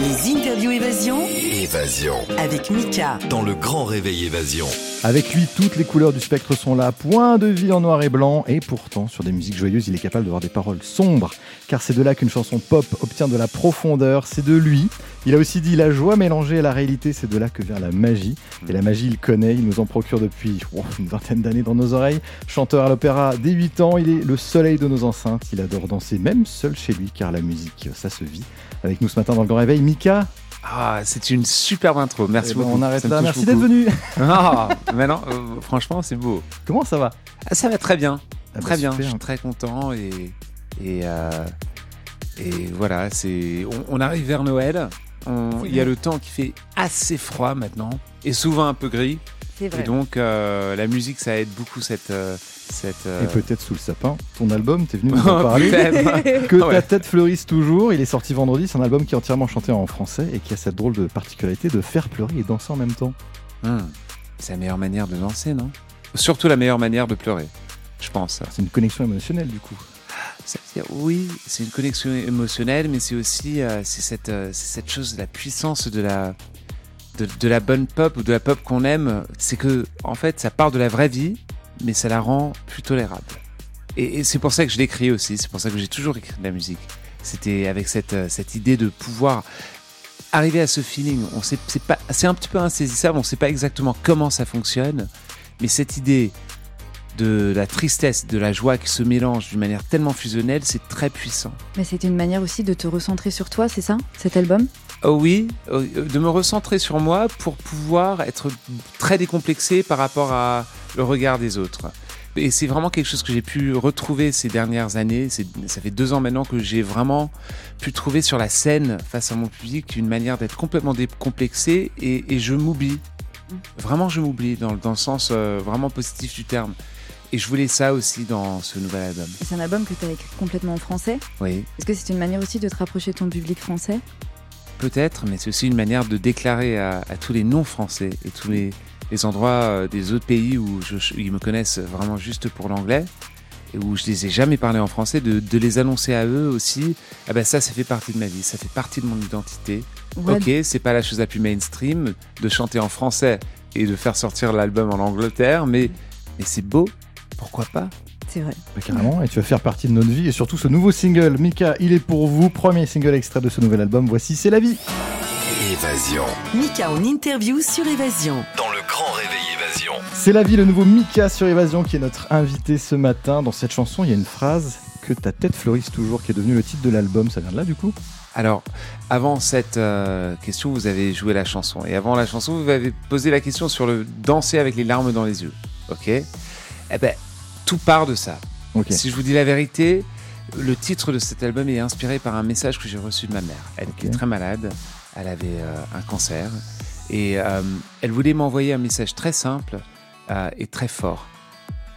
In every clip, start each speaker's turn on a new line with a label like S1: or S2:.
S1: Les interviews évasion
S2: Évasion.
S1: avec Mika.
S2: Dans le grand réveil évasion.
S3: Avec lui, toutes les couleurs du spectre sont là, point de vie en noir et blanc, et pourtant, sur des musiques joyeuses, il est capable d'avoir des paroles sombres, car c'est de là qu'une chanson pop obtient de la profondeur, c'est de lui. Il a aussi dit la joie mélangée à la réalité, c'est de là que vient la magie. Et la magie, il connaît, il nous en procure depuis oh, une vingtaine d'années dans nos oreilles. Chanteur à l'opéra dès 8 ans, il est le soleil de nos enceintes, il adore danser même seul chez lui, car la musique, ça se vit. Avec nous ce matin dans le Grand Réveil, Mika,
S4: Ah, c'est une superbe intro. Merci
S3: Eh ben,
S4: beaucoup.
S3: on arrête
S4: Ça me
S3: là,
S4: touche
S3: merci d'être
S4: beaucoup.
S3: venu.
S4: Ah, maintenant, euh, franchement, c'est beau.
S3: Comment ça va
S4: Ah, ça va très bien,
S3: Ah bah,
S4: très bien. Je
S3: super.
S4: suis très content et et euh, et voilà. C'est on, on arrive vers Noël. On- Il y a le temps qui fait assez froid maintenant et souvent un peu gris.
S5: C'est
S4: Et
S5: vrai.
S4: donc euh, la musique, ça aide beaucoup cette euh, cette. euh,
S3: Et peut-être sous le sapin, ton album, t'es venu nous en parler.
S4: peut-être.
S3: Que
S4: Ah ouais.
S3: ta tête fleurisse toujours. Il est sorti vendredi. C'est un album qui est entièrement chanté en français et qui a cette drôle de particularité de faire pleurer et danser en même temps.
S4: Hmm. C'est la meilleure manière de danser, non Surtout la meilleure manière de pleurer, je pense.
S3: C'est une connexion émotionnelle du coup.
S4: Ça veut dire, oui, c'est une connexion émotionnelle, mais c'est aussi euh, c'est cette, euh, c'est cette chose de la puissance de la, de, de la bonne pop ou de la pop qu'on aime. C'est que, en fait, ça part de la vraie vie, mais ça la rend plus tolérable. Et, et c'est pour ça que je l'écris aussi, c'est pour ça que j'ai toujours écrit de la musique. C'était avec cette, euh, cette idée de pouvoir arriver à ce feeling. On sait, c'est, pas, c'est un petit peu insaisissable, on ne sait pas exactement comment ça fonctionne, mais cette idée de la tristesse, de la joie qui se mélangent d'une manière tellement fusionnelle, c'est très puissant.
S5: Mais c'est une manière aussi de te recentrer sur toi, c'est ça Cet album
S4: Oh oui, euh, de me recentrer sur moi pour pouvoir être très décomplexé par rapport à le regard des autres. Et c'est vraiment quelque chose que j'ai pu retrouver ces dernières années. C'est- Ça fait deux ans maintenant que j'ai vraiment pu trouver sur la scène, face à mon public, une manière d'être complètement décomplexé et, et je m'oublie. Vraiment, je m'oublie dans, le- dans le sens euh, vraiment positif du terme. Et je voulais ça aussi dans ce nouvel album.
S5: Et C'est un album que tu as écrit complètement en français.
S4: Oui.
S5: Est-ce que c'est une manière aussi de te rapprocher de ton public français
S4: Peut-être, mais c'est aussi une manière de déclarer à, à tous les non-français et tous les, les endroits euh, des autres pays où je- je- ils me connaissent vraiment juste pour l'anglais et où je les ai jamais parlé en français, de, de les annoncer à eux aussi. Ah ben ça, ça fait partie de ma vie, ça fait partie de mon identité.
S5: Ouais,
S4: Ok, c'est pas la chose la plus mainstream de chanter en français et de faire sortir l'album en Angleterre, mais, mais c'est beau, pourquoi pas
S5: C'est vrai.
S3: Bah, carrément. Et tu vas faire partie de notre vie et surtout ce nouveau single, Mika, il est pour vous. Premier single extrait de ce nouvel album. Voici, c'est la vie.
S2: Évasion.
S1: Mika en interview sur évasion.
S2: Dans le grand réveil évasion.
S3: C'est la vie, le nouveau Mika sur Évasion qui est notre invité ce matin. Dans cette chanson, il y a une phrase que ta tête fleurisse toujours, qui est devenue le titre de l'album. Ça vient de là du coup
S4: Alors, avant cette euh, question, vous avez joué la chanson. Et avant la chanson, vous avez posé la question sur le danser avec les larmes dans les yeux. Ok Eh ben, tout part de ça.
S3: Ok.
S4: Si je vous dis la vérité, le titre de cet album est inspiré par un message que j'ai reçu de ma mère. Elle
S3: Ok.
S4: était très malade, elle avait euh, un cancer. Et euh, elle voulait m'envoyer un message très simple euh, et très fort.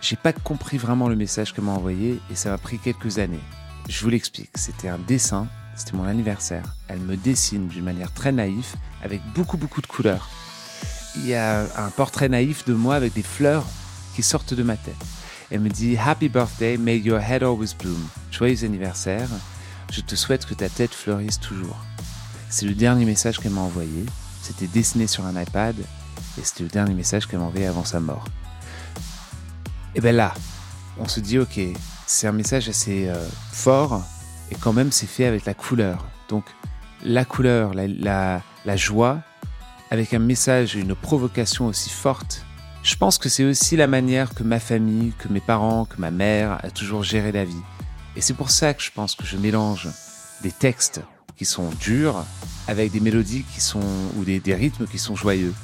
S4: J'ai pas compris vraiment le message qu'elle m'a envoyé et ça m'a pris quelques années. Je vous l'explique, c'était un dessin, c'était mon anniversaire. Elle me dessine d'une manière très naïve, avec beaucoup beaucoup de couleurs. Il y a un portrait naïf de moi avec des fleurs qui sortent de ma tête. Elle me dit Happy birthday, may your head always bloom. Joyeux anniversaire, je te souhaite que ta tête fleurisse toujours. C'est le dernier message qu'elle m'a envoyé. C'était dessiné sur un iPad et c'était le dernier message qu'elle m'a envoyé avant sa mort. Et ben là, on se dit ok, c'est un message assez euh, fort et quand même c'est fait avec la couleur. Donc la couleur, la, la- la joie, avec un message et une provocation aussi forte. Je pense que c'est aussi la manière que ma famille, que mes parents, que ma mère a toujours géré la vie. Et c'est pour ça que je pense que je mélange des textes qui sont durs avec des mélodies qui sont ou des, des rythmes qui sont joyeux.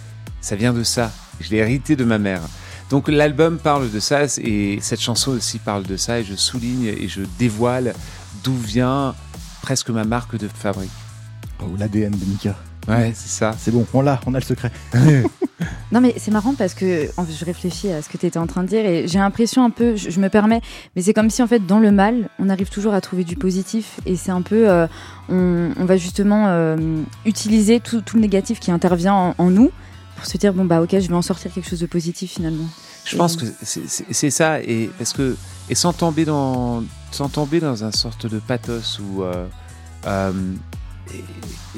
S4: Ça vient de ça. Je l'ai hérité de ma mère. Donc l'album parle de ça et cette chanson aussi parle de ça et je souligne et je dévoile d'où vient presque ma marque de fabrique.
S3: Oh, l'ADN de Mika.
S4: Ouais, c'est ça.
S3: C'est bon, on l'a, on a le secret.
S5: Non mais c'est marrant parce que en fait, je réfléchis à ce que tu étais en train de dire et j'ai l'impression un peu, je, je me permets, mais c'est comme si en fait dans le mal, on arrive toujours à trouver du positif et c'est un peu, euh, on, on va justement euh, utiliser tout, tout le négatif qui intervient en, en nous pour se dire bon bah ok je vais en sortir quelque chose de positif finalement.
S4: Je
S5: Mm.
S4: pense que c'est- c'est c'est ça, et parce que et sans tomber dans sans tomber dans un sorte de pathos ou euh, euh,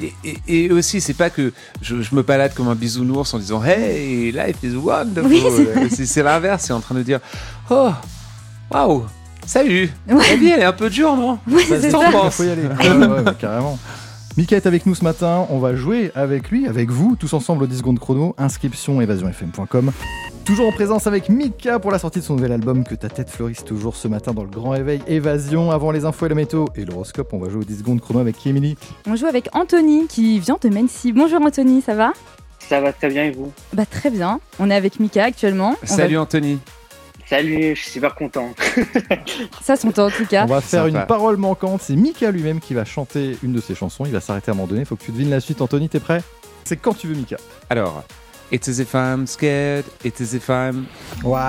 S4: Et, et- et aussi, c'est pas que je, je me balade comme un bisounours en disant Hey, life is wonderful.
S5: Oui, c'est vrai.
S4: c'est c'est l'inverse, c'est en train de dire Oh, waouh, salut.
S5: Ouais.
S4: La vie, elle est un peu dure, non
S5: Ouais,
S4: Bah,
S5: c'est
S4: t'en
S5: ça.
S4: penses
S3: Il faut y aller. Ouais, ouais, ouais, carrément. Mika est avec nous ce matin. On va jouer avec lui, avec vous, tous ensemble, aux 10 secondes chrono. Inscription évasionfm.com. Toujours en présence avec Mika pour la sortie de son nouvel album Que ta tête fleurisse toujours ce matin dans le grand réveil Évasion. Avant les infos et la météo et l'horoscope, on va jouer aux 10 secondes chrono avec qui, Émilie
S5: On joue avec Anthony qui vient de Mency. Bonjour Anthony, ça va
S6: Ça va très bien et vous
S5: Bah très bien. On est avec Mika actuellement. On va-
S4: Salut, Anthony.
S6: Salut, je suis super content.
S5: Ça s'entend en tout cas.
S3: On va faire
S4: sympa.
S3: une parole manquante. C'est Mika lui-même qui va chanter une de ses chansons. Il va s'arrêter à un moment donné. Faut que tu devines la suite. Anthony, t'es prêt C'est quand tu veux, Mika.
S4: Alors, it is if I'm scared, it is if I'm.
S3: Waouh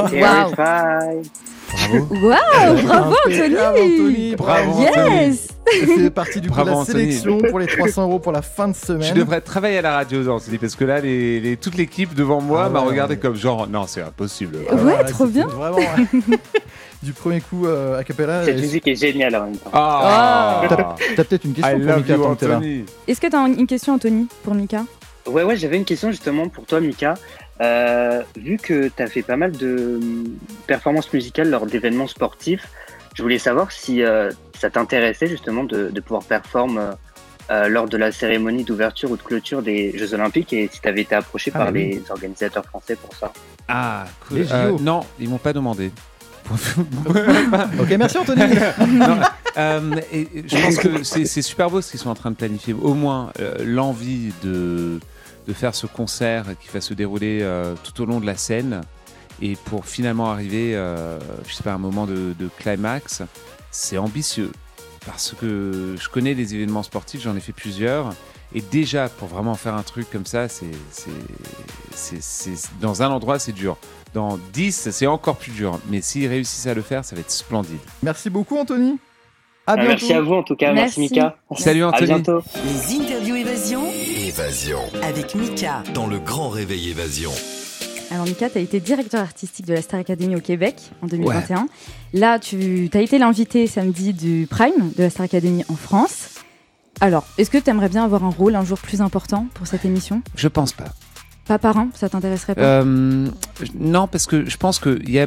S6: euh,
S5: Wow.
S6: Terrified.
S4: Bravo.
S5: Waouh, bravo Anthony.
S3: Impeccable, Eh, Anthony. Bravo,
S5: Yes.
S3: C'est parti du coup de
S4: Bravo,
S3: la
S4: Anthony.
S3: sélection pour les 300 euros pour la fin de semaine.
S4: Je devrais travailler à la radio, Anthony, parce que là, les, les- toute l'équipe devant moi
S3: Ah
S4: m'a
S3: ouais.
S4: regardé comme genre Non, c'est impossible.
S3: Ah
S5: Ouais,
S3: là,
S5: trop
S3: c'était
S5: bien.
S3: Vraiment. du premier coup euh, a cappella.
S6: Cette
S3: est-ce-
S6: musique est géniale en même temps.
S4: Ah
S3: T'as peut-être une question
S4: I
S3: pour
S4: love
S3: Mika
S4: you,
S3: tant que t'es là.
S4: Anthony.
S5: Est-ce que t'as une question Anthony pour Mika
S6: Ouais, ouais, j'avais une question justement pour toi, Mika. Euh, vu que tu as fait pas mal de hum, performances musicales lors d'événements sportifs, je voulais savoir si euh, ça t'intéressait justement de, de pouvoir performer euh, lors de la cérémonie d'ouverture ou de clôture des Jeux Olympiques et si tu avais été approché
S3: Ah,
S6: par
S3: mais
S6: les organisateurs français pour ça.
S4: Ah, cool.
S3: Les JO.
S4: Euh, non, ils m'ont pas demandé.
S3: Ok, merci Anthony.
S4: Non, euh, et- et je pense que c'est c'est super beau ce qu'ils sont en train de planifier. Au moins, euh, l'envie de, de faire ce concert qui va se dérouler euh, tout au long de la scène et pour finalement arriver, euh, je sais pas, à un moment de, de climax, c'est ambitieux. Parce que je connais les événements sportifs, j'en ai fait plusieurs. Et déjà, pour vraiment faire un truc comme ça, c'est c'est- c'est- c'est- dans un endroit, c'est dur. Dans 10, c'est encore plus dur. Mais s'ils réussissent à le faire, ça va être splendide.
S3: merci beaucoup Anthony. À
S6: Ah,
S3: bientôt.
S6: merci à vous en tout cas, merci,
S5: Merci.
S6: Mika.
S4: Salut
S6: À
S4: Anthony.
S6: bientôt.
S1: Les interviews évasion
S2: Évasion.
S1: avec Mika.
S2: Dans le grand réveil évasion.
S5: Alors Mika, tu as été directeur artistique de la Star Academy au Québec en 2021. Là, tu as été l'invité samedi du Prime de la Star Academy en France. Alors, est-ce que tu aimerais bien avoir un rôle un jour plus important pour cette émission
S4: Je pense pas.
S5: Pas par an, ça t'intéresserait pas
S4: Euh, non, parce que je pense que il y a euh,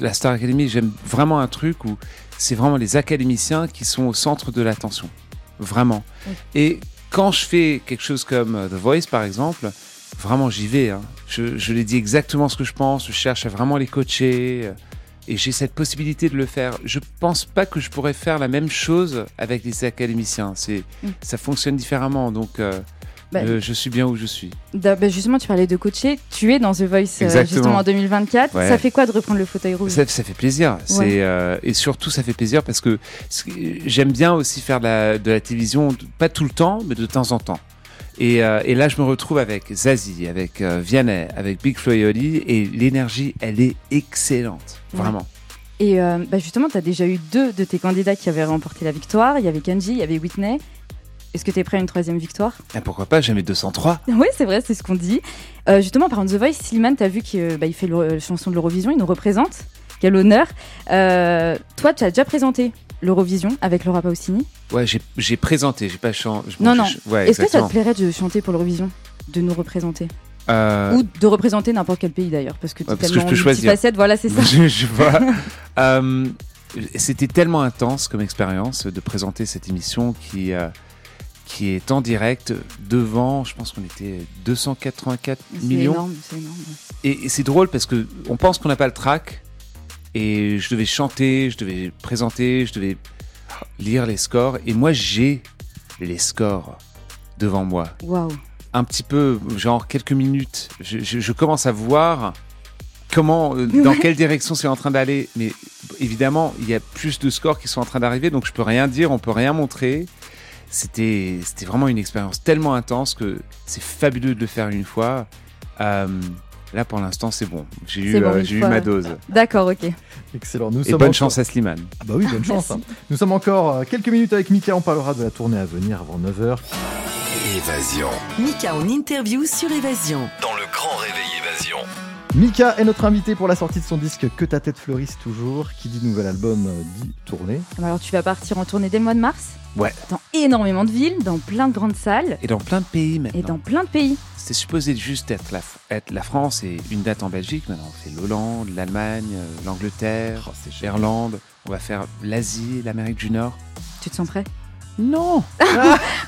S4: la Star Academy. J'aime vraiment un truc où c'est vraiment les académiciens qui sont au centre de l'attention, vraiment.
S5: Oui.
S4: Et quand je fais quelque chose comme euh, The Voice, par exemple, vraiment j'y vais. hein. Je, je les dis exactement ce que je pense. Je cherche à vraiment les coacher. euh, Et j'ai cette possibilité de le faire. Je pense pas que je pourrais faire la même chose avec les académiciens. C'est,
S5: Mm.
S4: ça fonctionne différemment. Donc, euh,
S5: Bah,
S4: euh, je suis bien où je suis.
S5: Da- bah, Justement, tu parlais de coacher. Tu es dans The Voice euh,
S4: Exactement.
S5: justement en 2024.
S4: Ouais.
S5: Ça fait quoi de reprendre le fauteuil rouge
S4: Ça, ça fait plaisir. C'est euh, et surtout ça fait plaisir parce que ce que- j'aime bien aussi faire de la, de la télévision, de- pas tout le temps, mais de temps en temps. Et, euh, et là, je me retrouve avec Zazie, avec euh, Vianney, avec Big Flo et Oli, et l'énergie, elle est excellente,
S5: Ouais.
S4: vraiment.
S5: Et euh, bah, justement, tu as déjà eu deux de tes candidats qui avaient remporté la victoire. Il y avait Kenji, il y avait Whitney. Est-ce que tu es prêt à une troisième victoire
S4: Et pourquoi pas jamais 203
S5: Oui, c'est vrai, c'est ce qu'on dit. Euh, justement, par exemple, The Voice, Slimane, t'as vu qu'il euh, bah, il fait le- la chanson de l'Eurovision, il nous représente. Quel honneur. Euh, toi, tu as déjà présenté l'Eurovision avec Laura Pausini.
S4: Ouais, j'ai- j'ai présenté, j'ai pas chanté.
S5: Non, non.
S4: Ouais,
S5: Est-ce que ça
S4: exactement.
S5: te plairait de chanter pour l'Eurovision De nous représenter
S4: Euh,
S5: Ou de représenter n'importe quel pays d'ailleurs Parce que tu
S4: Ouais,
S5: as
S4: parce que
S5: tellement
S4: je peux choisir.
S5: multifacettes, voilà, c'est ça.
S4: je, je vois. Euh, C'était tellement intense comme expérience de présenter cette émission qui, euh, qui est en direct devant, je pense qu'on était 284
S5: C'est
S4: millions.
S5: énorme, c'est énorme.
S4: Et, et c'est drôle parce que on pense qu'on n'a pas le track. Et je devais chanter, je devais présenter, je devais lire les scores. Et moi, j'ai les scores devant moi
S5: Waouh.
S4: un petit peu, genre quelques minutes, je, je- je commence à voir comment, euh, dans quelle direction c'est en train d'aller. Mais évidemment, il y a plus de scores qui sont en train d'arriver, donc je peux rien dire, on peut rien montrer. C'était, c'était vraiment une expérience tellement intense que c'est fabuleux de le faire une fois. Euh, là, pour l'instant, c'est bon. J'ai eu,
S5: C'est bon,
S4: euh,
S5: une
S4: j'ai eu
S5: fois,
S4: ma
S5: ouais.
S4: dose.
S5: D'accord, ok.
S3: Excellent. Nous
S4: Et
S3: sommes
S4: bonne
S3: encore-
S4: chance à Slimane.
S3: Ah bah oui, bonne chance. hein. Nous sommes encore euh, quelques minutes avec Mika. On parlera de la tournée à venir avant 9h.
S2: Évasion.
S1: Mika en interview sur évasion.
S2: Dans le grand réveil évasion.
S3: Mika est notre invité pour la sortie de son disque Que ta tête fleurisse toujours. Qui dit nouvel album euh, dit tournée.
S5: Ah bah Alors tu vas partir en tournée dès le mois de mars
S4: Ouais.
S5: Dans énormément de villes, dans plein de grandes salles
S4: Et dans plein de pays maintenant.
S5: et dans plein de pays.
S4: C'était supposé juste être la, être la France et une date en Belgique. Maintenant, on fait l'Hollande, l'Allemagne, euh, l'Angleterre, l'Irlande. On va faire l'Asie, l'Amérique du Nord.
S5: Tu te sens prêt
S4: Non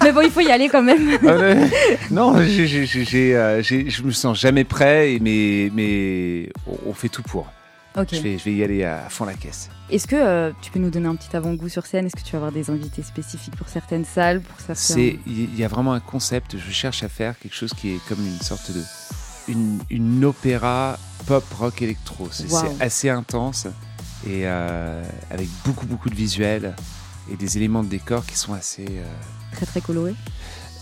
S5: Mais bon, il faut y aller quand même.
S4: Ah, Non, j'ai- j'ai- j'ai- j'ai, euh, j'ai- je me sens jamais prêt, mais, mais on, on fait tout pour.
S5: Ok.
S4: Je, vais, je vais y aller à fond la caisse.
S5: Est-ce que euh, tu peux nous donner un petit avant-goût sur scène Est-ce que tu vas avoir des invités spécifiques pour certaines salles pour certains...
S4: C'est- Il y a vraiment un concept, je cherche à faire quelque chose qui est comme une sorte de... Une, une opéra pop rock électro. C'est
S5: Wow.
S4: c'est assez intense et euh, avec beaucoup beaucoup de visuels et des éléments de décor qui sont assez... euh,
S5: très très coloré.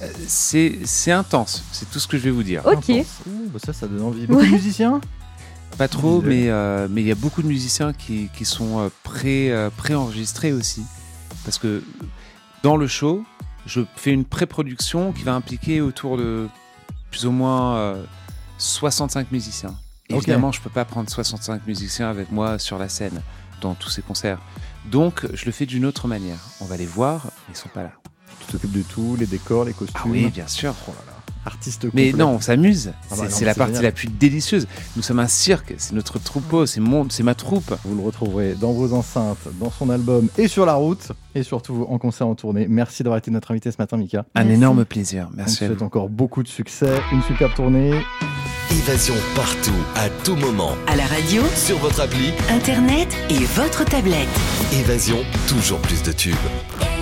S4: euh, c'est c'est intense, c'est tout ce que je vais vous dire.
S5: Ok.
S3: Intense. Ouh, bah ça, ça donne envie. Beaucoup de musiciens
S4: Pas trop,
S3: Visuel.
S4: mais euh, mais il y a beaucoup de musiciens qui, qui sont euh, pré, euh, pré-enregistrés aussi. Parce que dans le show, je fais une pré-production qui va impliquer autour de plus ou moins euh, 65 musiciens.
S3: Ok.
S4: Évidemment, je peux pas prendre 65 musiciens avec moi sur la scène dans tous ces concerts. Donc, je le fais d'une autre manière. On va les voir, mais ils sont pas là.
S3: Tu t'occupes de tout, les décors, les costumes.
S4: Ah oui, bien sûr.
S3: Oh Artiste
S4: Mais
S3: complet.
S4: non, on s'amuse.
S3: bah
S4: C'est-
S3: non,
S4: c'est
S3: mais
S4: la
S3: c'est
S4: partie
S3: génial.
S4: la plus délicieuse. Nous sommes un cirque, c'est notre troupeau, c'est mon, c'est ma troupe.
S3: Vous le retrouverez dans vos enceintes, dans son album et sur la route, et surtout en concert en tournée. Merci d'avoir été notre invité ce matin, Mika.
S4: Un
S5: Merci.
S4: énorme plaisir.
S3: On te
S4: Merci. à
S3: souhaite
S4: vous.
S3: encore beaucoup de succès, une superbe tournée.
S2: Évasion partout, à tout moment.
S1: à la radio,
S2: Sur votre appli,
S1: Internet et votre tablette.
S2: Évasion, toujours plus de tubes.
S7: Évasion,